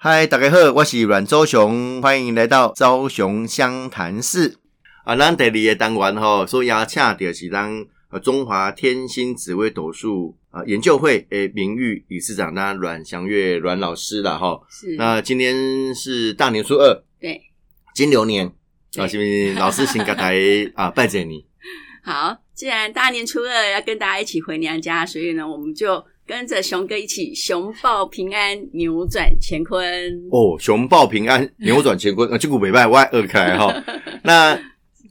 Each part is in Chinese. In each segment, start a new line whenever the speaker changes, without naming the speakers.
嗨，大家好，我是阮周雄，欢迎来到周雄湘潭市。啊，咱第二个单元吼，所邀请到是咱呃中华天星紫微斗数啊研究会诶名誉理事长，那阮祥月阮老师啦吼。
是，
那今天是大年初二，
对，
金牛年啊，
对
是不是老师请给大家啊拜见你？
好，既然大年初二要跟大家一起回娘家，所以呢，我们就跟着熊哥一起熊抱平安，扭转乾坤。
哦，熊抱平安，扭转乾坤，啊，这股北拜外二开哈。那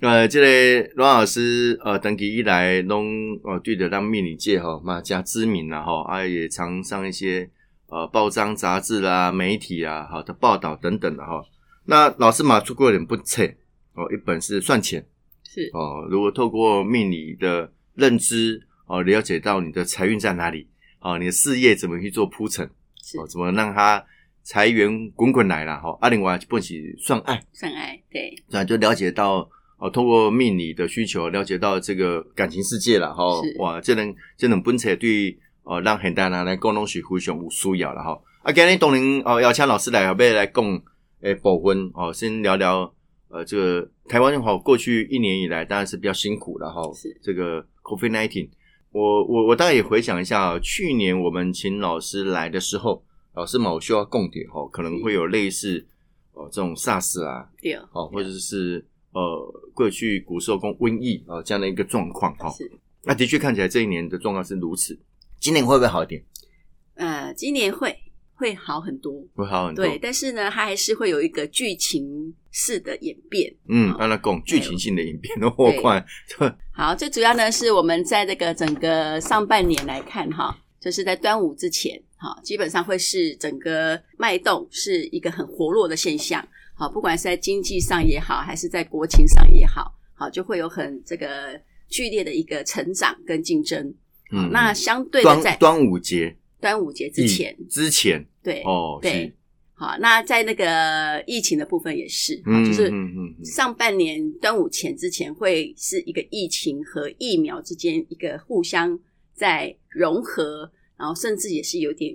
呃，这个阮老师呃，长期以来拢呃对着咱命理界吼嘛加知名啦吼，啊也常上一些呃报章杂志啦、媒体啊好的报道等等的哈。那老师嘛出过两本册哦，一本是算钱
是，
哦，如果透过命理的认知哦，了解到你的财运在哪里哦，你的事业怎么去做铺陈
是
哦，怎么让它财源滚滚来啦哈。啊，另外一本是算爱。
算爱，对，
那就了解到哦，通过命理的需求，了解到这个感情世界了哈、
是
哇，这能这能本册对哦，让很大人来共同是互相有需要了哈、啊，今日当然哦，邀请老师来要来讲诶部分哦，先聊聊呃这个台湾哈、过去一年以来当然是比较辛苦了哈、
是
这个 COVID nineteen。我我我大概也回想一下、哦，去年我们请老师来的时候，老师嘛，我需要供点哦，可能会有类似哦这种 SARS 啊，
对，
哦，或者是呃过去古时候公瘟疫啊、哦、这样的一个状况哈。哦
是。
那的确看起来这一年的状况是如此，今年会不会好一点？
呃，今年会会好很多，
会好很多。
对，但是呢，它还是会有一个剧情式的演变。
嗯，
哦
按照讲剧情性的演变，我看
好，最主要呢是我们在这个整个上半年来看哈，就是在端午之前哈，基本上会是整个脉动是一个很活络的现象。好，不管是在经济上也好，还是在国情上也好，好就会有很这个剧烈的一个成长跟竞争。
嗯，
那相对的在
端端午节
端午节之前
疫，之前
对
哦，
对
是，，
好，那在那个疫情的部分也是，哈就是
嗯嗯嗯
上半年端午前之前会是一个疫情和疫苗之间一个互相在融合，然后甚至也是有点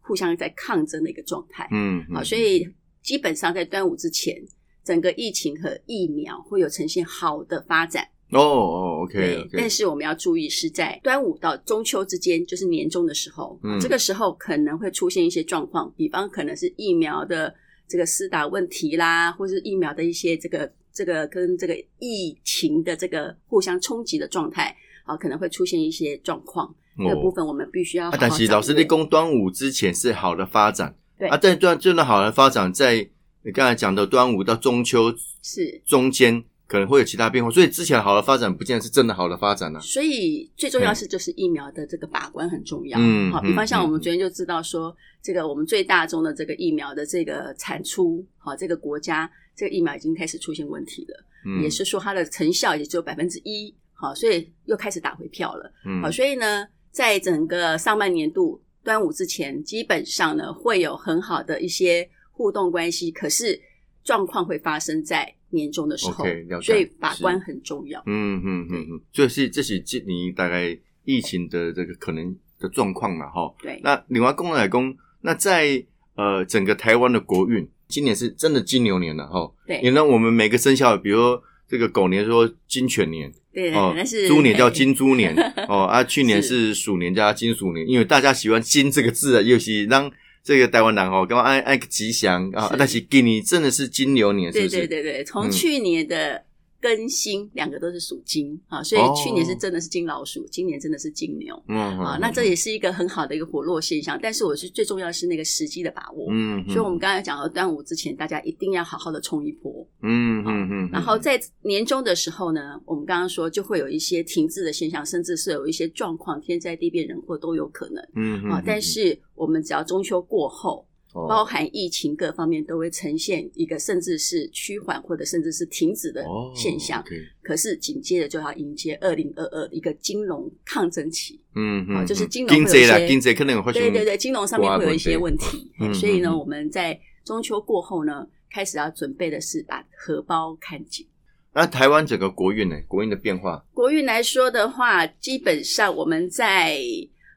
互相在抗争的一个状态。
嗯嗯
好，所以基本上在端午之前，整个疫情和疫苗会有呈现好的发展。
哦哦，OK
但
OK，
是我们要注意是在端午到中秋之间，就是年终的时候，
嗯
这个时候可能会出现一些状况，比方可能是疫苗的这个施打问题啦，或是疫苗的一些这个这个跟这个疫情的这个互相冲击的状态啊，可能会出现一些状况。这个部
哦，
分我们必须要
啊
好好，
但是
掌
老
握
师你讲端午之前是好的发展，
对
啊，但端这段好的发展，在你刚才讲的端午到中秋
是
中间可能会有其他变化，所以之前好的发展不见得是真的好的发展呢、啊。
所以最重要是就是疫苗的这个把关很重要。
嗯
好，
嗯
比方像我们昨天就知道说，这个我们最大宗的这个疫苗的这个产出，好，这个国家这个疫苗已经开始出现问题了，
嗯
也是说它的成效也只有百分之一，好，所以又开始打回票了。
嗯
好，所以呢，在整个上半年度端午之前，基本上呢会有很好的一些互动关系，可是状况会发生在年终的时候
OK，了解
所以把
是
关很重要。
嗯嗯嗯嗯，所以是这是今年大概疫情的这个可能的状况了哈。
对，
那另外，公来公，那在呃整个台湾的国运，今年是真的金牛年了哈。
对
也让我们每个生肖，比如说这个狗年说金犬年
对，
哦
但是，
猪年叫金猪 年哦啊，去年
是
是鼠年加金鼠年，因为大家喜欢“金”这个字啊，尤 其让这个台湾人哦，干嘛爱爱个吉祥啊
是，
但是给你真的是金牛年，是
对
不是？
哎对对对，从
嗯
去年的更新，两个都是属金啊，所
哦
以去年是真的是金老鼠，今年真的是金牛
嗯，
啊
嗯，
那这也是一个很好的一个活络现象。但是我是最重要的是那个时机的把握。
嗯，
所以，我们刚才讲到端午之前，大家一定要好好的冲一波。
嗯嗯嗯，
然后在年终的时候呢，我们刚刚说就会有一些停滞的现象，甚至是有一些状况，天灾地变、人祸都有可能
嗯
啊。但是我们只要中秋过后，
哦
包含疫情各方面都会呈现一个甚至是趋缓或者甚至是停止的
哦
现象。可是紧接着就要迎接二零二二一个金融抗争期，
嗯
哦
嗯，
会有一
贼啦，
些
金贼可能会
对对对，金融上面会有一些问题，
嗯嗯嗯
所以呢，我们在中秋过后呢，开始要准备的是把荷包看紧。
那啊台湾整个国运呢，国运的变化，
国运来说的话，基本上我们在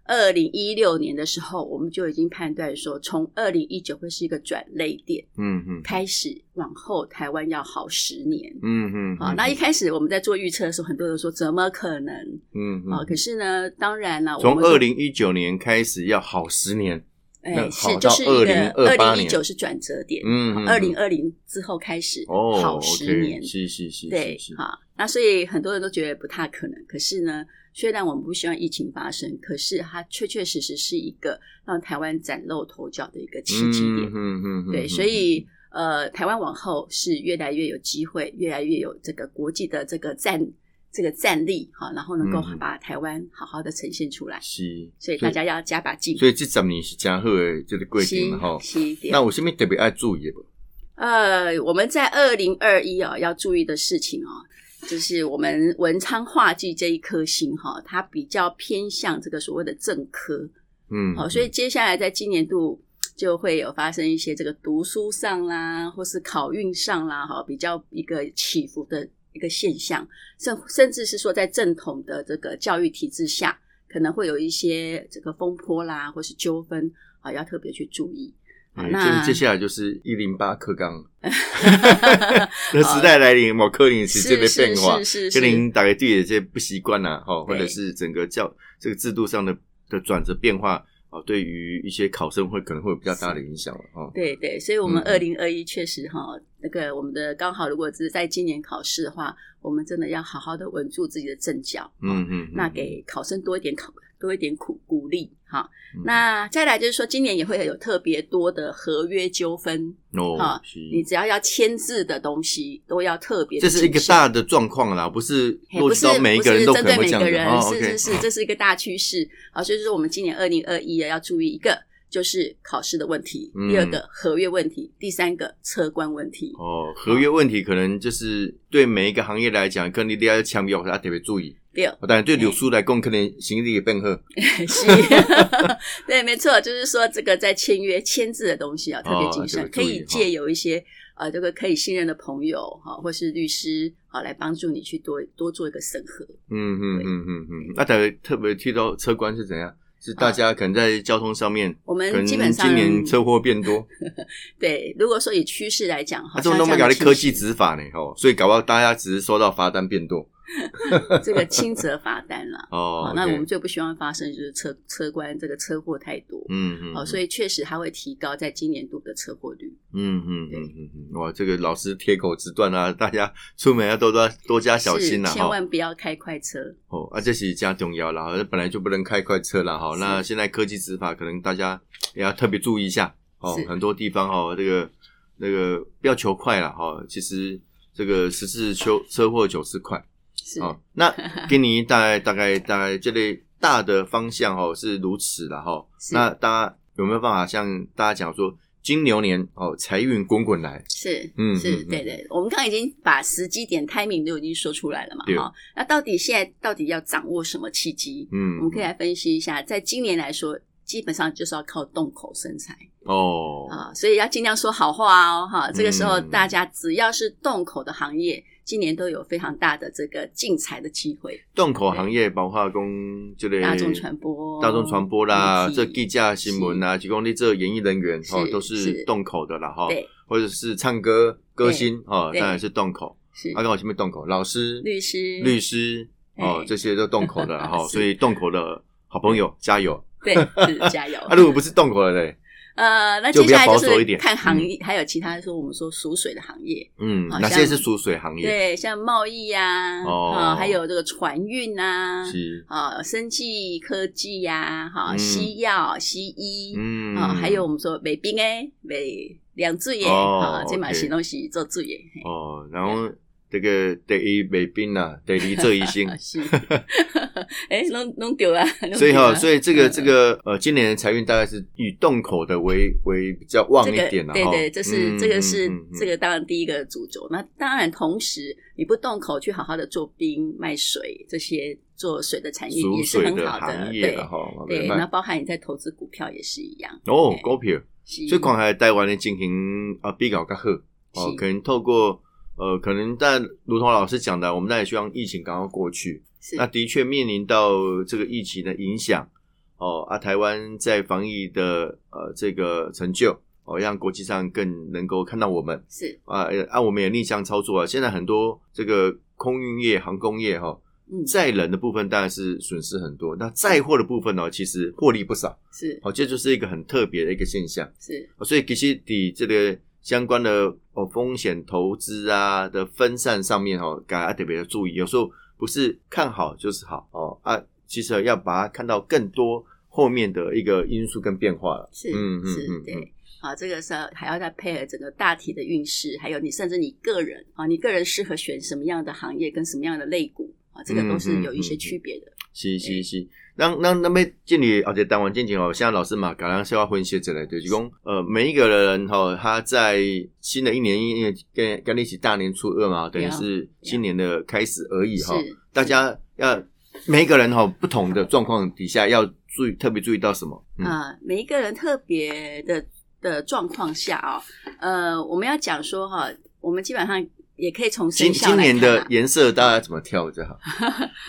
二零一六年的时候，我们就已经判断说，从二零一九会是一个转类点，
嗯嗯
开始往后台湾要好十年。
嗯嗯，
好，哦啊那一开始我们在做预测的时候，很多人说怎么可能
嗯
啊？
嗯，
可是呢，当然了，
从
我们
二零一九年开始要好十年，
哎
那
是
好
就
到
是一个
2028
二零一
年
九是转折点，
嗯，
二零二零之后开始
哦，
好十年，
是是是，
对，好，那所以很多人都觉得不太可能。可是呢，虽然我们不希望疫情发生，可是它确确实实是一个让台湾崭露头角的一个契机点。
嗯嗯
对，所以呃，台湾往后是越来越有机会，越来越有这个国际的这个战这个战力哈，然后能够
嗯
把台湾好好的呈现出来。
是，
所以大家要加把劲，
所以这十年是真好的这个过程吼。
吸一点。
那有什么特别爱注意的不？
呃，我们在二零二一哦要注意的事情哦，就是我们文昌化忌这一颗星哈、它比较偏向这个所谓的正科，
嗯，
好、所以接下来在今年度就会有发生一些这个读书上啦，或是考运上啦，哈、比较一个起伏的一个现象，甚甚至是说在正统的这个教育体制下，可能会有一些这个风波啦，或是纠纷啊、要特别去注 意。好
嗯
那
接接下来就是一零八课纲，那时代来临，某课龄是这个变化
是，是是
可
是
能大家对这些不习惯啦，哈，或者
对
是整个教这个制度上的的转折变化。哦，对于一些考生会可能会有比较大的影响了哦。
对对，所以我们
嗯
二零二一确实哈、那个我们的刚好，如果是在今年考试的话，我们真的要好好的稳住自己的阵脚。
嗯
哦，
嗯，
那
嗯
给考生多一点考多一点鼓鼓励哈。
嗯
那再来就是说，今年也会有特别多的合约纠纷，
哦
好，
是
你只要要签字的东西都要特别。
这是一个大。的状况啦，不是
嘿
落
不
实
是
到每一个人都可能
不
会
是
这
针
样子
对每个人，
哦。
是
OK，
是是，这是一个大趋势啊，所以就是我们今年二零二一要注意一个就是考试的问题，
嗯
第二个合约问题，第三个车关问题。
哦，合约问题可能就是对每一个行业来讲，可能你要强调，啊他特别注意。哦
六
但对柳叔来讲，可能行李也变好。嗯
是，对，没错，就是说这个在签约签字的东西啊，特别谨慎，
哦这个
可
注意
以借由一些呃这个可以信任的朋友哈、或是律师啊、来帮助你去多多做一个审核。
嗯嗯嗯嗯嗯。那特别特别提到车关是怎样？是大家可能在交通上面，
我
可
们
能
嗯基本上
今年车祸变多，
对，如果说以趋势来讲，哈、
啊，这
像
种
这
都没
样
搞
的
的
趋
科技
势
执法呢，哦，所以搞不好大家只是收到罚单变多。。
这个轻则罚单啦
哦
好，那
OK
我们最不希望发生就是车车关这个车祸太多。
嗯嗯，
好、
嗯
所以确实它会提高在今年度的车祸率。
嗯嗯嗯嗯嗯，哇，这个老师铁口直断啊，大家出门要多多多加小心啦、
是千
哈。
万不要开快车。
哦，啊，这是加重要啦，哈，本来就不能开快车啦，哈。
是
那现在科技执法，可能大家也要特别注意一下哦
是。
很多地方哦，这个那个不要求快啦，哈、其实这个十次车车祸九次快
是，
哦。那给你大概大概大概这类大的方向哦是如此啦，哈、
是
那大家有没有办法像大家讲说，金牛年哦财运滚滚来？
是，
嗯
是
嗯
对
嗯
对，我们刚刚已经把时机点、timing 都已经说出来了嘛，
对
哈、那到底现在到底要掌握什么契机？
嗯，
我们可以来分析一下，在今年来说，基本上就是要靠动口生财
哦，
啊，所以要尽量说好话哦，哈。这个时候，
嗯
大家只要是动口的行业，今年都有非常大的这个进财的机会，
动口行业包括讲这类
大众传播
大众传播啦，
媒体
这记者新闻啦，提供你这演艺人员
是
哦，都
是
是动口的啦哈，
对，
或者是唱歌歌星哦，
对
当然是动口。
是
啊，刚好前面动口，老师、
律师，
律师哦，
对
这些都动口的 啦哈，
是
所以动口的好朋友加油。
对，哦是加油。
啊，如果不是动口的嘞，
呃，那
就
接
比较
下来
保
就
守一
是
点
看行业，还有其他说我们说属水的行业，
嗯，
好
哪
像
些是属水行业？
对，像贸易呀、啊，
哦
还有这个船运呐、啊，
是，
啊，生技科技呀、哈、
嗯
西药、西医，
嗯
啊，还有我们说美兵哎，美两字耶，
哦
啊，这嘛
OK
些东西做字耶，嘿
哦，然后这个第一美兵啦，第二这一 星
啊。是，哎，弄弄丢啊，
所以哈，所
以
以这个
嗯
这个呃，今年的财运大概是以动口的为为比较旺
这
一
个
点了
对
哈
对，这是
嗯
这个
嗯
是
嗯嗯
这个当然第一个主轴。那当然，同时你不动口去好好的做冰卖水这些做水的产业
属
也是
水
很好
行业啊
对
了。哈，慢慢
对，
慢
那包含你在投资股票也是一样。
哦
对，
股票，
是
所以看来台湾的进行啊比较较好哦，
是
可能透过呃，可能但如同老师讲的，我们当然也希望疫情赶快过去。
是
那的确面临到这个疫情的影响哦啊，台湾在防疫的呃这个成就哦，让国际上更能够看到我们
是，
啊，呃啊，我们也逆向操作啊。现在很多这个空运业、航空业哈、
嗯，
载人的部分当然是损失很多，那载货的部分呢、哦，其实获利不少。
是
哦，这就是一个很特别的一个现象。
是
所以其实你这个相关的哦风险投资啊的分散上面哦，大家特别的注意。有时候不是看好就是好哦啊，其实要把它看到更多后面的一个因素跟变化了。
是
嗯嗯
是
嗯，嗯
对。好，这个时候还要再配合整个大体的运势，还有你甚至你个人啊，你个人适合选什么样的行业跟什么样的类股啊，这个都
嗯
是有一些区别的。
是是是，咱咱咱要建立，而且台湾进前哦，现在老师嘛，甲咱小可分析一下，就是讲，呃，每一个人吼、他在新的一年，因为跟跟你一起大年初二嘛，等于是新年的开始而已哈、
啊是
大家要每一个人哈、不同的状况底下要注意，特别注意到什么？嗯，
啊，每一个人特别的的状况下啊，呃，我们要讲说哈，我们基本上也可以从
今
生肖
今
来
年
看
的
啊
颜色大家怎么挑就 好。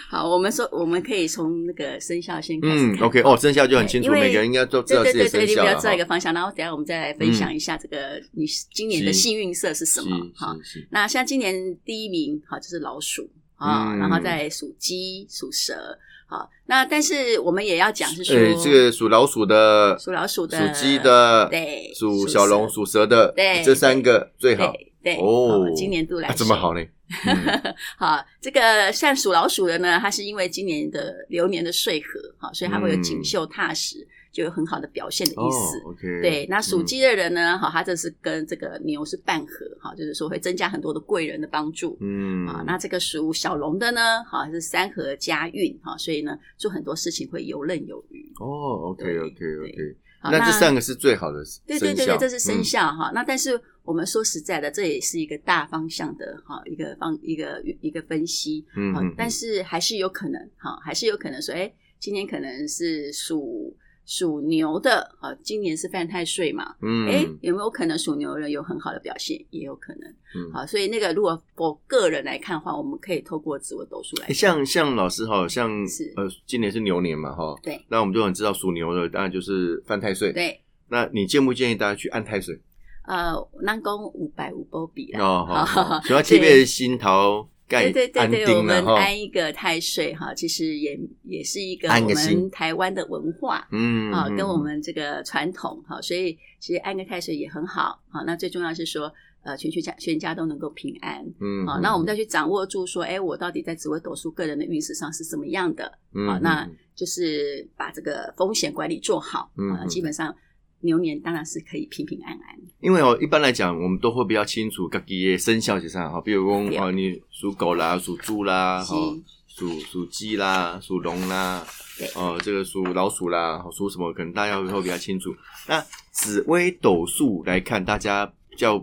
好，我们说我们可以从那个生肖先开始
嗯
看
，OK，哦，生肖就很清楚，
对因为
每个人应该都知
对
道
对
自己的
对
生
对，你比
肖了
较
哈。
知道一个方向，然后等一下我们再来分享一下这个你今年的幸运色是什么哈。
嗯是是是，
那像今年第一名好就是老鼠啊，
嗯
然后再属鸡、属蛇好，那但是我们也要讲是说
呃，这个属老鼠的，
属老鼠的、
属鸡的，
对
属
属
小龙、
蛇
属蛇的，
对
这三个最好。
对对
哦
今年度来
啊，
说
这么好呢？嗯
好，这个像属老鼠的呢，它是因为今年的流年的岁合，好，所以它会有锦绣踏实，就有很好的表现的意思。
嗯哦，OK。
对，那属
嗯
鸡的人呢，好，他这是跟这个牛是半合，哈，就是说会增加很多的贵人的帮助。
嗯
啊，那这个属小龙的呢，好是三合家运哈，所以呢，做很多事情会游刃有余。
哦
对
，OK，OK，OK。
好，
那这三个是最好的生肖，
对对对对，这是生
嗯
肖哈、那但是我们说实在的，这也是一个大方向的哈，一个方一个一个分析。
嗯
好
嗯嗯
但是还是有可能哈，还是有可能说，哎，今年可能是属属牛的，好，今年是犯太岁嘛，哎、
嗯，
有没有可能属牛的人有很好的表现？也有可能。
嗯
好，所以那个如果我个人来看的话，我们可以透过紫微斗数来
诶像像老师哈，像
是
呃，今年是牛年嘛哈，
对，
那我们就很知道属牛的当然就是犯太岁。，
对。
那你建不建议大家去按太岁？
呃，咱讲五百五波比啦，
哦，好， 好主要
对
这边心头盖
对对对
安
对，我
定了
们
哈。
安一个太岁哈，其实也也是一个
安
我
个心
们台湾的文化
嗯
啊，
嗯
跟我
嗯
们这个传统哈，所以其实安个太岁也很好啊。那最重要是说，呃，全全家全家都能够平安。
嗯，
好，
嗯
那我们再去掌握住说，哎，我到底在紫微斗数个人的运势上是什么样的？
嗯
好，
嗯
啊那
嗯
就是把这个风险管理做好
嗯
啊，
嗯
基本上牛年当然是可以平平安安。
因为哦，一般来讲，我们都会比较清楚自己的生肖是啥哈，比如
对
讲哦，你属狗啦，属猪啦，
是
哈，属属鸡啦，属龙啦
对，
哦，这个属老鼠啦，哦属什么，可能大家会比较清楚。那紫微斗数来看，大家比较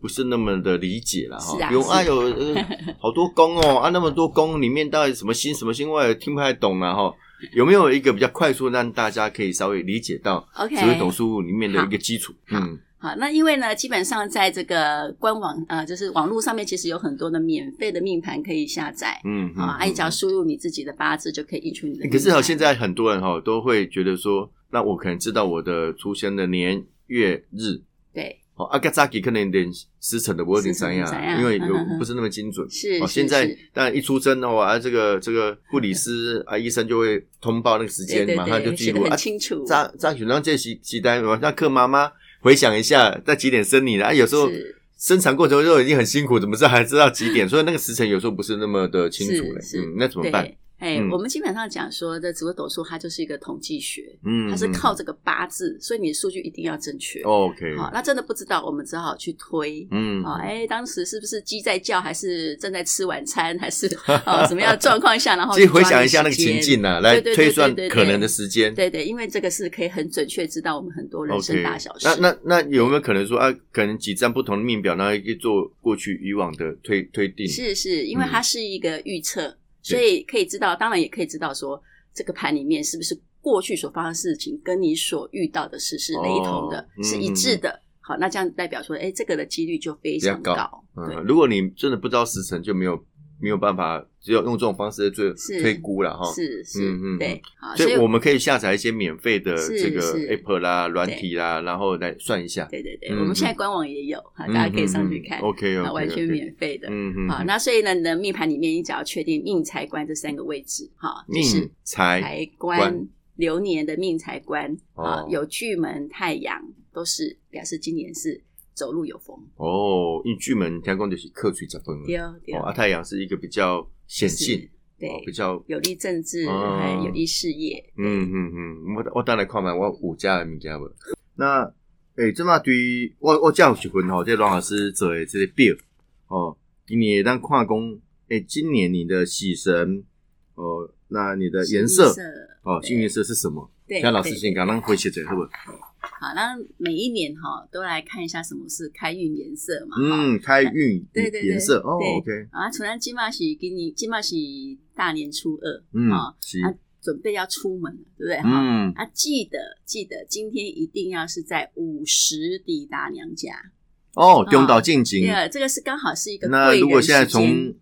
不是那么的理解了哈
是啊，
比如
是
啊有呃好多宫哦，啊那么多宫里面到底什么星什么星，我也听不太懂了哈。有没有一个比较快速让大家可以稍微理解到
OK，
紫微斗数里面的一
好
个基础？
好
嗯。
好，那因为呢，基本上在这个官网呃，就是网络上面，其实有很多的免费的命盘可以下载。
嗯，
啊，
嗯
哎，你只要输入你自己的八字，就可以印出你的
嗯
命盘。
可是哦，现在很多人哈、都会觉得说，那我可能知道我的出生的年月日，
对
哦，阿嘎扎吉可能有点时辰的，我有点怎
时辰怎样
样，因为有
嗯嗯嗯
不是那么精准。
是
哦，
是
现在
是
当然一出生的话，啊，这个这个护理 师啊，医生就会通报那个时
对
间，
对
马上就
对，
记
写
录
的
啊
很。清楚。
扎扎许让这期期待，那克妈妈回想一下，在几点生你的？啊，有时候
是
生产过程中已经很辛苦，怎么知道还知道几点？所以那个时辰有时候不是那么的清楚嘞。
是是
嗯，那怎么
对，
办？
哎，
嗯
我们基本上讲说的紫微斗数，它就是一个统计学，
嗯，
它是
嗯
靠这个八字，所以你的数据一定要正确。好，
OK，
哦那真的不知道，我们只好去推。
嗯，
哦，哎，当时是不是鸡在叫，还是正在吃晚餐，还是哦什么样的状况下？然后
自己
去
回
抓
想
你
一下
时
那个情
间
境呐、啊，来
对对对
推算
对对对
可能的时间。
对对，因为这个是可以很准确知道我们很多人
OK，
生大小事。
那那那有没有可能说啊，可能几张不同的命表，然后去做过去以往的推推定？
是是，因为
嗯
它是一个预测，所以可以知道，当然也可以知道说这个盘里面是不是过去所发生的事情跟你所遇到的事是雷同的，
哦嗯
是一致的。好，那这样代表说，哎，这个的几率就非常
比较
高。
嗯
对，
如果你真的不知道时辰，就没有没有办法，只有用这种方式最
是
推估了哈。
是是，
嗯嗯嗯
对，好，
所
所
以
以
我
我
们可以下载一些免费的
是
这个
是
app 啦、软体啦，然后来算一下，
对对对，
嗯
我们现在
嗯
官网也有哈，大家可以上去看，
OK
啊
OK，
完全。免费的。
嗯嗯，
好，
嗯
那所以呢，你的命盘里面，你只要确定命财官这三个位置，哈，就是
命财
财
官
官流年的命财官啊
哦，
有巨门、太阳，都是表示今年是走路有风，
哦，因为巨门天宫就是克水十分了，
对对
哦，啊，太阳是一个比较显性，
对
哦，比较
有利政治，
哦
还有利事业，
嗯嗯嗯，我我等来看卖我有遮的物件无。那诶，即马对我我遮有一份吼，即阮老师做诶即个表哦，今年会当看讲诶，今年你的喜神哦，那你的颜色
幸运
哦，
对
幸运色是什么？
对，
像老师
对
先讲，咱分析者好无？
好，那每一年哈都来看一下什么是开运颜色嘛，哈。
嗯，开运
对对对
颜色哦
对
，OK，
啊，从咱今嘛是今年今嘛是大年初二，
嗯
啊，
是，
啊，准备要出门了，对不对？哈、
嗯，
啊，记得记得，今天一定要是在午时抵达娘家。啊
哦，中岛进京
第。二，这个是刚好是一个
那
贵
如果
人
现在
时间
从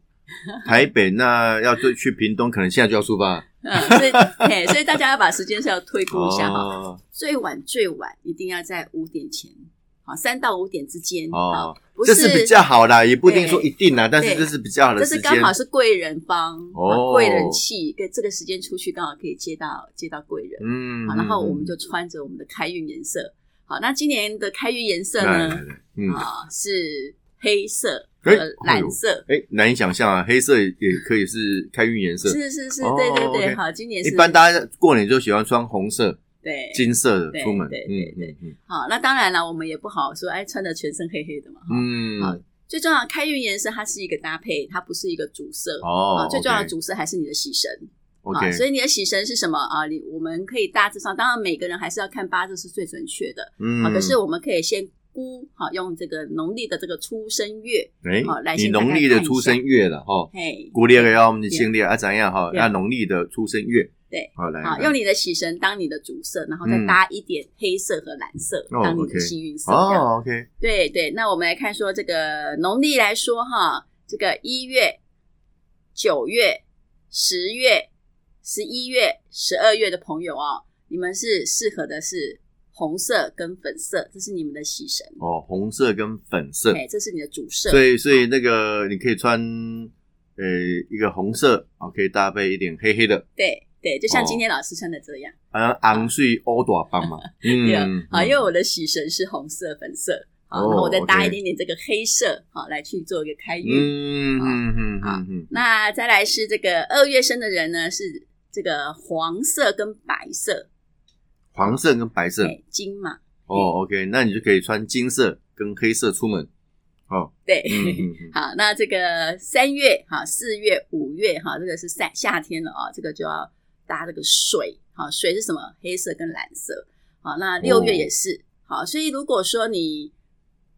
台 北，那要对去屏东，可能现在就要出发。
嗯，所以嘿，所以大家要把时间是要推估一下哈、
哦
最晚最晚一定要在五点前，好，三到五点之间，
哦
好，不
这是比较好啦，也不一定说一定啦，但是
对
这是比较好的
这
时
是
间
刚。好是贵人帮，
哦
啊贵人气，跟这个时间出去刚好可以接到接到贵人。
嗯
好，然后我们就穿着我们的开运颜色。好，那今年的开运颜色
来来
呢？
来，嗯，
啊，是黑色
哎哎
和
呦
蓝色。
哎，难以想象啊，黑色也可以是开运颜色。
是是是，
哦
对对
OK
对，好，今年
一
是
般大家过年就喜欢穿红色、
对。
金色的
对
出门。
对
嗯
对对
嗯
好，那当然了，我们也不好说，哎，穿的全身黑黑的嘛。哈
嗯，
好
嗯
最重要，开运颜色它是一个搭配，它不是一个主色。
哦
啊，，最重要的主色还是你的喜神
OK，
啊，所以你的喜神是什么啊？你我们可以大致上，当然每个人还是要看八字是最准确的
嗯
啊。可是我们可以先估好，用这个农历的这个出生月，好
哎，
来
你
先大概
农历的
看一
出
下
生月了哈，
嘿，
古历的要我们的新历啊，怎样哈？
对
那农历的出生月，
对，
好来
好，
来
用你的喜神当你的主色，然后再
嗯
搭一点黑色和蓝色、
哦
当你的
OK
幸运色。这样
哦，OK，
对对，那我们来看说这个农历来说哈，这个一月、九月、十月、十一月、十二月的朋友哦，你们是适合的是红色跟粉色，这是你们的喜神，
哦，红色跟粉色，
哎，这是你的主色。
所以所以那个你可以穿呃一个红色啊，可以搭配一点黑黑的，
对对，就像
哦
今天老师穿的这样。
啊，昂睡欧大帮嘛，
对啊
嗯，
好，因为我的喜神是红色、粉色，好，
哦
然后我再搭
OK
一点点这个黑色，好来去做一个开运。
嗯嗯嗯嗯嗯，
那再来是这个二月生的人呢，是这个黄色跟白色，
黄色跟白色，
哎，金嘛，
哦，OK，那你就可以穿金色跟黑色出门，哦，
对。
嗯嗯嗯，
好，那这个三月哈、四月、五月哈、这个是夏夏天了哦，这个就要搭这个水。好、水是什么？黑色跟蓝色。好，那
哦
六月也是。好，所以如果说你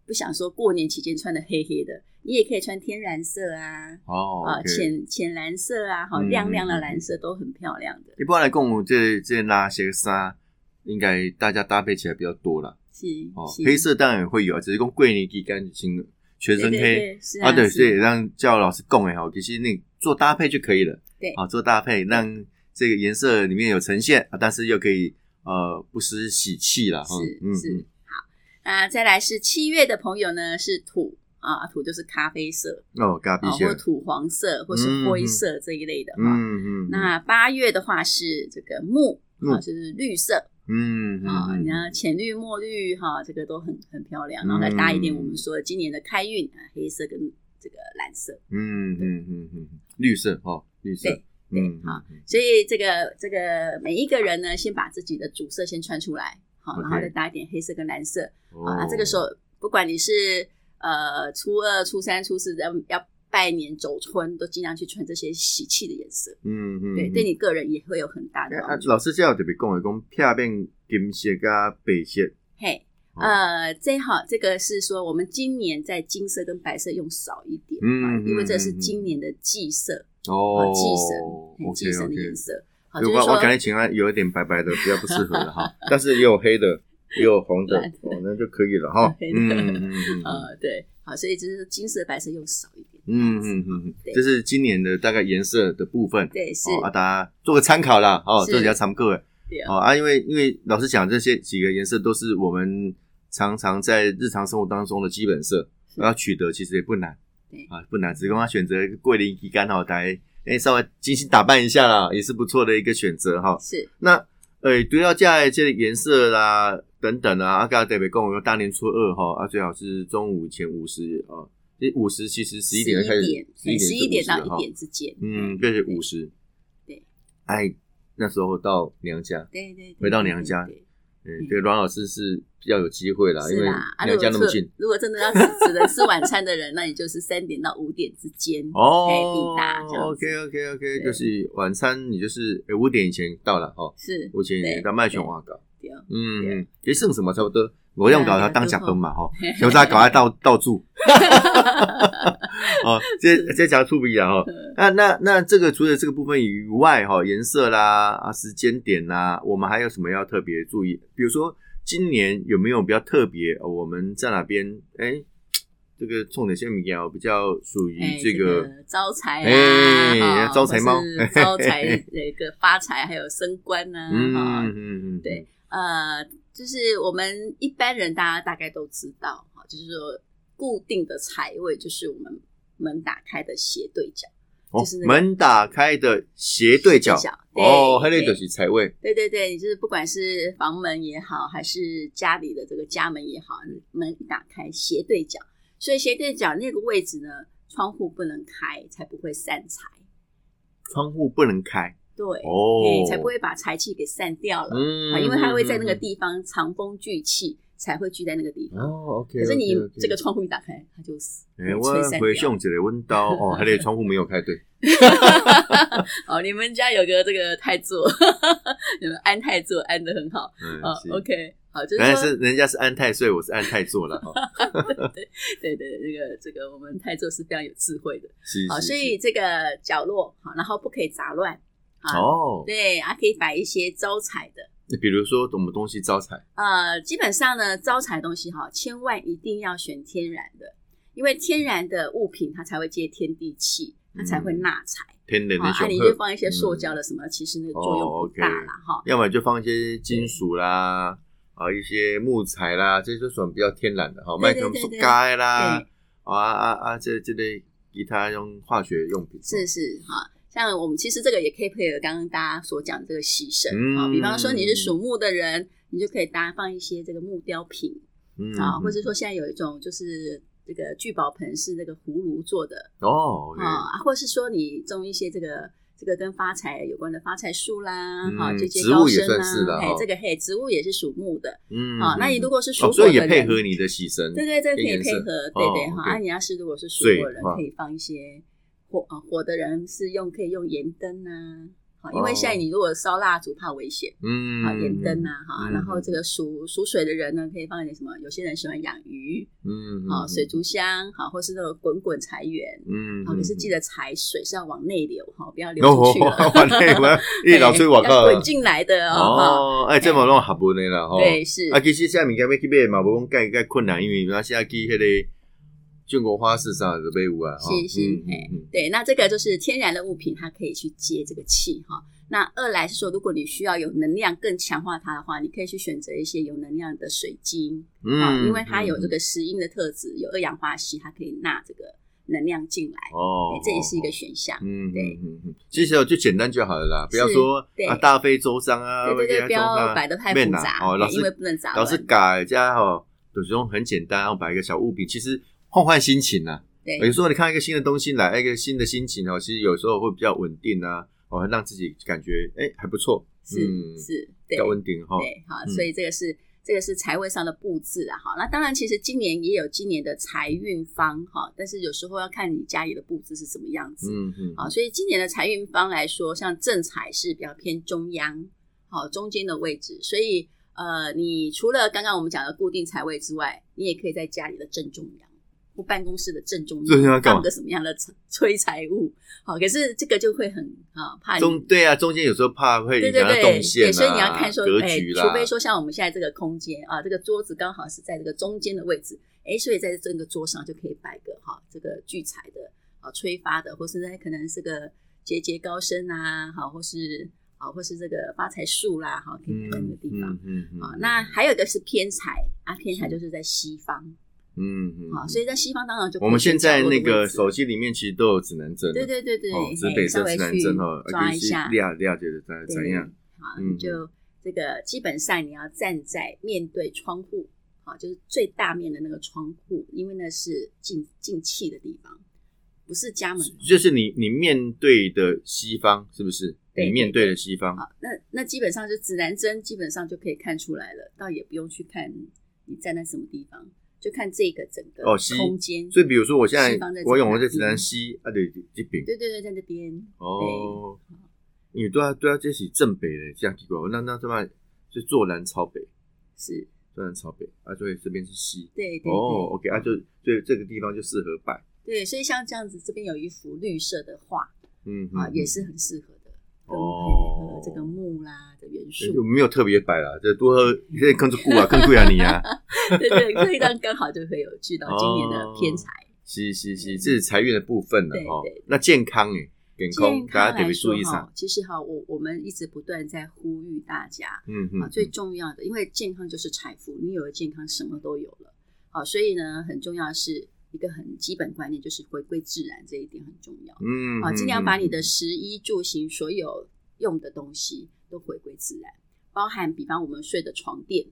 不想说过年期间穿的黑黑的，你也可以穿天然色啊，
哦
啊，
，OK。
浅浅蓝色啊，好、
嗯
亮亮的蓝色都很漂亮的。
一般来讲，这这那些衫应该大家搭配起来比较多啦。
是
哦，
是
黑色当然也会有，只是讲桂林地干净，全身
对对
黑。
对是
啊，对，所以
是
让叫老师供也哎哦好，其实你做搭配就可以了。
对
啊，做搭配让这个颜色里面有呈现，啊、但是又可以呃不失喜气啦。哈
是
嗯
是
嗯，
那再来是七月的朋友呢，是土啊，土就是咖啡色
哦，嘎比
啊，
线
或，土黄色或是灰色这一类的哈、
嗯嗯嗯，
那八月的话是这个木
木
啊，就是绿色
嗯嗯
啊，
嗯
然后浅绿、墨绿哈、这个都很很漂亮。然后再搭一点
嗯
我们说今年的开运啊，黑色跟这个蓝色。
嗯嗯嗯嗯，绿色哦，绿色，
对对
嗯，
好
嗯，
所以这个这个每一个人呢，先把自己的主色先穿出来，好，然后
OK
再搭一点黑色跟蓝色。
嗯
啊，那这个时候不管你是呃初二、初三、初四要要拜年走春，都尽量去穿这些喜气的颜色，
嗯嗯，
对，
嗯
对你个人也会有很大的
哎啊
帮，助。
老师这样特别讲的讲，片面金色加白色，
嘿，
哦
呃，最好这个是说我们今年在金色跟白色用少一点，
嗯
啊
嗯
因为这是
嗯
今年的忌色啊，
哦，
忌神，嘿忌
OK
神的
OK
颜。色。好，
对
就是
我我感
说
觉情况有一点白白的，比较不适合了 哈，但是也有黑的，也有红的
蓝，的
哦，那就可以了哈。
黑的呃
嗯嗯嗯嗯，
呃，对，好，所以就是金色、白色用少一点。
嗯嗯嗯嗯
对，
这是今年的大概颜色的部分。
对，是，
哦，啊，大家做个参考啦，哦，
是
做比较参考的
对，
哦啊，因为因为老实讲，这些几个颜色都是我们常常在日常生活当中的基本色，
是
要取得其实也不难
对，
啊，不难，只是跟他选择一个桂林鸡肝哦，大家哎稍微精心打扮一下啦，也是不错的一个选择哈。
是
那呃，除了这这类颜色啦等等啊，啊，刚才特别跟我们大年初二哈，啊，最好是中午前五十啊，这五十其实十一点就开始，
11
十
十一点到一
点
点之间，
至50了哈，嗯，就是五十，
对，
哎，那时候到娘家，
对对，对
回到娘家
对对对
嗯，对，阮老师是比较有机会啦，因
是
为
啦，啊，如
娘
果
家那么
说
近，
如果真的要只只能吃晚餐的人，那你就是三点到五点之间可以
哦
抵达这样子。
，OK OK OK，
对
就是晚餐你就是哎五点以前到了哦，
是
五点以前到麦熊瓦搞。
对哦
嗯，
对
嗯，其实剩什么差不多，我用搞它当食饭
啊
嘛哦吼，然后再搞它到到 处，哦，这这讲触笔啊吼。
嗯
那那那这个除了这个部分以外哈，颜色啦啊时间点啦，我们还有什么要特别注意？比如说今年有没有比较特别？呃我们在哪边？哎，这个冲点些米啊，比较属于
哎
这个
招财
哎
啊，哦
招财猫
或是招财那个发财，还有升官呐，
嗯
哈
嗯嗯，嗯
对，呃，就是我们一般人大家大概都知道哈，就是说固定的财位就是我们门打开的斜对角，
哦
就是那个
门打开的斜对角
斜对
哦，还有
对
就是财位，
对对对，就是不管是房门也好，还是家里的这个家门也好，门打开斜对角，所以斜对角那个位置呢，窗户不能开，才不会散财。
窗户不能开。
对，
哦
哎才不会把财气给散掉了、
嗯
啊，因为它会在那个地方藏风聚气，才会聚在那个地方。
哦，OK。
可是你这个，窗户一打开，它就死，
哎，我
吹散
回
掉
想。一下，温刀 哦，还得窗户没有开，对，
哦，你们家有个这个太座， 你们安太座安的很好
嗯
啊。
是。
OK，好，就是
但
说
是人家是安太岁，我是安太座了哦 哈。
对对，那个这个我们台座是非常有智慧的，
是
好，
是
所以
是
这个角落好，然后不可以杂乱，啊
哦，
对，还可以摆一些招财的。
比如说我们东西招财，
呃，基本上呢，招财的东西哈，千万一定要选天然的，因为天然的物品它才会接天地气，它才会纳财。
天然
好
的
啊，
雄
你就
鹤，
放一些塑胶的什么，其实那个作用
嗯哦
不
，OK
大啦哈。
要么就放一些金属啦，啊，一些木材啦，这就算比较天然的哈，
对
卖
对
什么
对
塑
对
胶的啦，啊啊啊，这这类其他用化学用品
是是哈。像我们其实这个也可以配合刚刚大家所讲的这个喜神
嗯
啊，比方说你是属木的人，你就可以搭放一些这个木雕品
嗯
啊，或者说现在有一种就是这个聚宝盆是那个葫芦做的
哦，OK
啊，或是说你种一些这个这个跟发财有关的发财树啦，
嗯
哈，节节
植
高
物也
升
算是
啊，
啦
哎
哦，
这个嘿，植物也是属木的
嗯
啊。那你
嗯
如果是属
哦，
火
所以也
的
配合
人，
你的喜神，
对对对，可以
颜色
配合，对对
哦
哈。
，OK
啊，你要是如果是属
水
火人
啊，
可以放一些火啊火的人是用可以用盐灯呐，好，因为
哦
现在你如果烧蜡烛怕危险
嗯，
啊，盐灯呐哈。
嗯
然后这个属属水的人呢，可以放一点什么？有些人喜欢养鱼
嗯，嗯，
啊，
嗯
水，族箱好，或是那个滚滚财源。
嗯，哦
好，可是记
得
得财水是要往内流哈，不要流出去 了。
我内 我一老吹广告
要，滚进来的哦。
哦，哎，这么弄合不的啦，
哈
吼，
对，是
啊，其实现在物件要去买嘛，无讲介介困难，因为咱现在去迄个中国花市啥就买有啊，吼
是是
嗯
嘿
嗯嗯
对，那这个就是天然的物品，它可以去接这个气哈。那二来是说，如果你需要有能量更强化它的话，你可以去选择一些有能量的水晶啊，
嗯，
因为它有这
嗯
个石英的特质，有二氧化硒，它可以纳这个能量进来，
哦
哎，这也是一个选项。
嗯，嗯
对
嗯嗯，其实哦就简单就好了啦，不要
是
说
对
啊大费周章啊，
对对对，
啊
不要摆的太
免
复
啦
杂，
哦，老
哎因为
师
不能杂
老师
乱。
改家吼，有时候很简单，然后摆一个小物品，其实换换心情啊，
对，
有时候你看一个新的东西来，哎一个新的心情哦，其实有时候会比较稳定啊，哦，让自己感觉哎、还不错，嗯
是是，
比
对
较。稳定哈。
对，好，
嗯
所以这个是、这个是财位上的布置啊，好，那当然其实今年也有今年的财运方哈，但是有时候要看你家里的布置是什么样子，
嗯嗯，
好，所以今年的财运方来说，像正财是比较偏中央，好中间的位置，所以呃，你除了刚刚我们讲的固定财位之外，你也可以在家里的正中央。或办公室的正中
这是要
央
干嘛
放个什么样的财催财物？好，可是这个就会很啊，怕你
中对啊，中间有时候怕会
对
影
对
响到
对，
动线啊，
所以你要看说，
格
哎，
局啦，
除非说像我们现在这个空间啊，这个桌子刚好是在这个中间的位置，哎，所以在这个桌上就可以摆个哈、这个聚财的啊催发的，或是呢可能这个节节高升啊，好，或是啊或是这个发财树啦，好，可以看到那个地方。
嗯嗯
啊，那还有一个是偏财啊，偏财就是在西方
嗯嗯，
啊，所以在西方当然就
我们现在那
不会
个
有角
手
落的位置
机里面其实都有指南针了，
对对对对，
哦，指
嘿
北
稍
针
微
指南
去
针哦，
抓一下，
了了解的怎
对
怎样？？
好，
嗯
就这个基本上你要站在面对窗户，好，就是最大面的那个窗户，因为那是进进气的地方，不是家门。
就是你你面对的西方是不是？
对
你面对的西方，
好，那那基本上就指南针，基本上就可以看出来了，倒也不用去看你站在什么地方，就看这个整个
哦西
空间。
所以比如说我现在
西方在
我
指南
用我在指南
嗯
西啊对这边
对对对，在那边。
哦，你对啊对啊，这是正北的这样奇怪，那那这么就坐南朝北，
是，
坐南朝北啊，所以这边是西。
对对对。
哦，OK 啊，就就这个地方就适合拜，
对，所以像这样子，这边有一幅绿色的画
嗯
啊，
嗯
也是很适合的，跟
哦
配合这个木啦的元素
就。没有特别摆啦，这多喝现在更是顾啊，更贵啊你啊，
对对，所以当刚好就会有聚到今年的偏财。
是是是，这是财运的部分了
对
哈
对。
那健康诶，健康
健
大
康
家特
来
别注
说
意啥
哈？，其实哈，我我们一直不断在呼吁大家
嗯
啊，
嗯，
最重要的，因为健康就是财富，你有了健康，什么都有了。好，所以呢，很重要的是一个很基本观念，就是回归自然这一点很重要。
嗯，
啊，
嗯
尽量把你
嗯
的食衣住行所有用的东西都回归自然，包含比方我们睡的床垫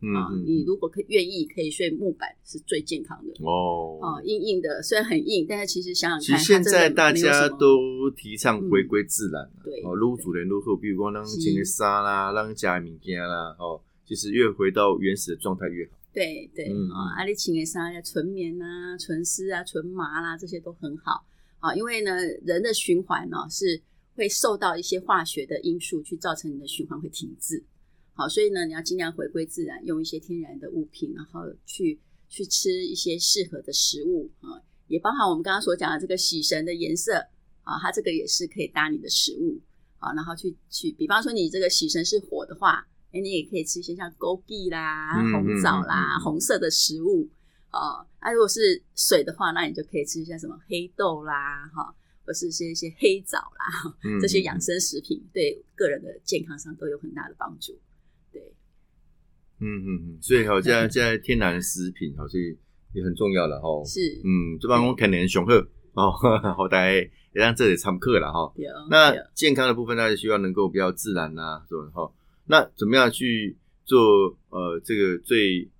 嗯
啊，
嗯
你如果可以愿意可以睡木板是最健康的。
哦
哦，，硬硬的，虽然很硬，但是其实想想
其实
看，
现
它
在
真的
大
没有什
家
么
都提倡回归自然啊
嗯对
哦，撸主人撸后，比如说让
是
煎个沙啦，让加物件啦，哦，其实越回到原始的状态越好。
对对
嗯
啊，阿里请的啥呀，纯棉啊、纯丝啊、纯麻啦、这些都很好啊，因为呢，人的循环呢、是会受到一些化学的因素去造成你的循环会停滞。好，所以呢，你要尽量回归自然，用一些天然的物品，然后去去吃一些适合的食物啊，也包含我们刚刚所讲的这个喜神的颜色啊，它这个也是可以搭你的食物啊，然后去去，比方说你这个喜神是火的话，哎，你也可以吃一些像枸杞啦、
嗯
红枣
嗯嗯
啦、
嗯嗯
红色的食物啊。那、如果是水的话，那你就可以吃一些什么黑豆啦，哈、或是一些一些黑枣啦，
嗯
这些养生食品对个人的健康上都有很大的帮助。对，
嗯嗯嗯，所以好，现在现在天然食品好，所以也很重要了哈。
是
嗯，这帮工可能雄鹤哦， 好歹也让这里参课了哈。
有
那
有
健康的部分，大家需要能够比较自然呐、啊，对吧？哈，那怎么样去做？呃，这个最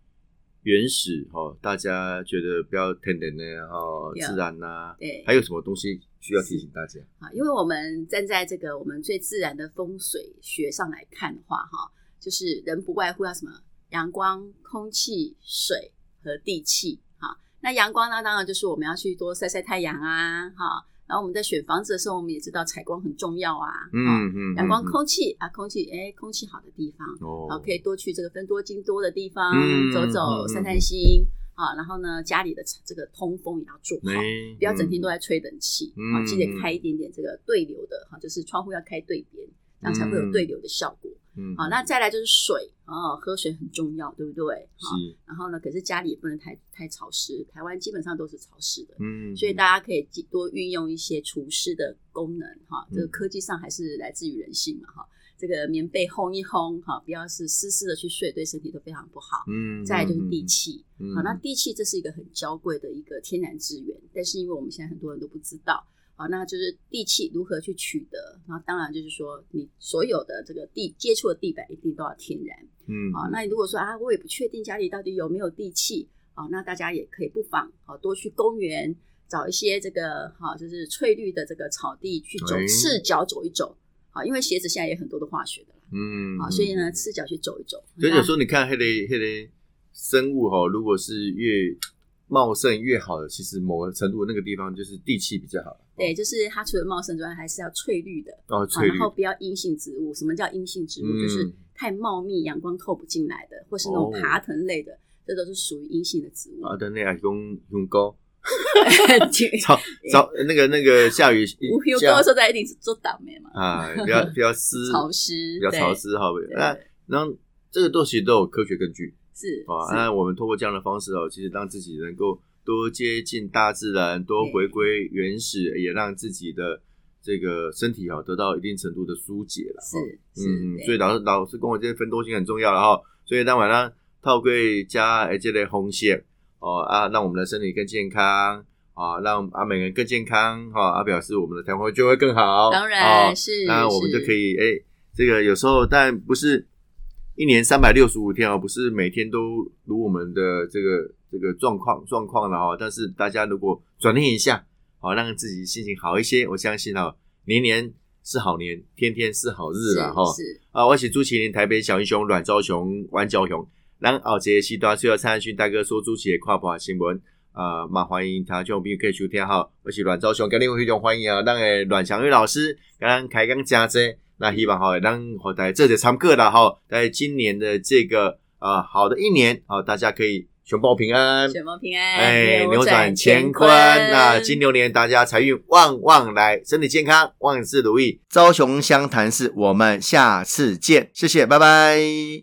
原始哈、哦，大家觉得比较天然的哈，
Yeah.
自然啊呐、
对，
还有什么东西需要提醒大家？
啊，因为我们站在这个我们最自然的风水学上来看的话，哈，就是人不外乎要什么阳光、空气、水和地气。哈，那阳光呢，当然就是我们要去多晒晒太阳啊，哈。然后我们在选房子的时候，我们也知道采光很重要啊，哈，
嗯嗯，
阳光、
嗯
空气啊，空气，哎，空气好的地方，
嗯哦
啊，可以多去这个分多金多的地方
嗯
走
嗯嗯
走，散
嗯
散心啊。然后呢，家里的这个通风也要做好，
没，
不要整天都
嗯
在吹冷气
嗯
啊，记得开一点点这个对流的哈，就是窗户要开对边，这样才会有对流的效果。
嗯
好，那再来就是水哦，喝水很重要，对不对？好，
是
然后呢，可是家里也不能太太潮湿，台湾基本上都是潮湿的，
嗯，
所以大家可以记多运用一些除湿的功能哈。这个
嗯
科技上还是来自于人性嘛哈。这个棉被烘一烘哈，不要是湿湿的去睡，对身体都非常不好。
嗯，
再来就是地气，
嗯，
好，那地气这是一个很娇贵的一个天然资源，但是因为我们现在很多人都不知道，好，那就是地气如何去取得，然后当然就是说你所有的这个地接触的地板一定都要天然，
嗯，
好，那你如果说啊，我也不确定家里到底有没有地气，好，那大家也可以不妨好多去公园找一些这个好就是翠绿的这个草地去走
哎，
赤脚走一走，好，因为鞋子现在也很多的化学的啦，
嗯，
好，
嗯
所以呢
嗯
赤脚去走一走，
所以
那
有时候你看黑的黑的生物哈、如果是越茂盛越好的，其实某个程度那个地方就是地气比较好。
对，就是它除了茂盛之外，还是要翠绿的。
哦，
啊，
翠
然
绿，
后不要阴性植物。什么叫阴性植物？
嗯
就是太茂密，阳光透不进来的，或是那种
哦
爬藤类的，这都是属于阴性的植物。
啊，等那阿公用高，
对
早早那个那个下雨
无有
下
高时候在一定是做倒霉嘛，
啊，比较比较 湿，
潮湿，
比较
对
潮，湿哈。
对
那然后这个都其实都有科学根据
是
啊。
是
那我们通过这样的方式哦，其实让自己能够多接近大自然，多回归原始，也让自己的这个身体哈得到一定程度的疏解了。
是是，
嗯，
对
所以老师老师跟我这些分多性很重要了哈。所以当晚呢，透过加诶这类红线哦啊，让我们的身体更健康啊，让啊每个人更健康哈、啊，表示我们的台湾就会更好。
当
哦
然是，
那我们
是
就可以哎、这个有时候但不是一年三百六十五天哦，不是每天都如我们的这个这个状况状况了哈、但是大家如果转念一下，好、让自己心情好一些，我相信哦，年年是好年，天天是好日了哈、
是
啊，我是朱麒麟，台北小英雄阮昭雄、阮昭雄。咱后一个时段需要蔡汉勋大哥所主持的跨博新闻，啊，嘛欢迎听众朋友可以收听哈。我是阮昭雄，今日非常欢迎啊，咱的阮祥玉老师跟咱开讲真济，那希望吼，咱后台这就参课啦吼，在今年的这个呃好的一年啊，大家可以全报平安。
全梦平安，
哎，扭转乾坤！那金牛年大家财运旺旺来，身体健康，万事如意。朝雄湘潭市，我们下次见，谢谢，拜拜。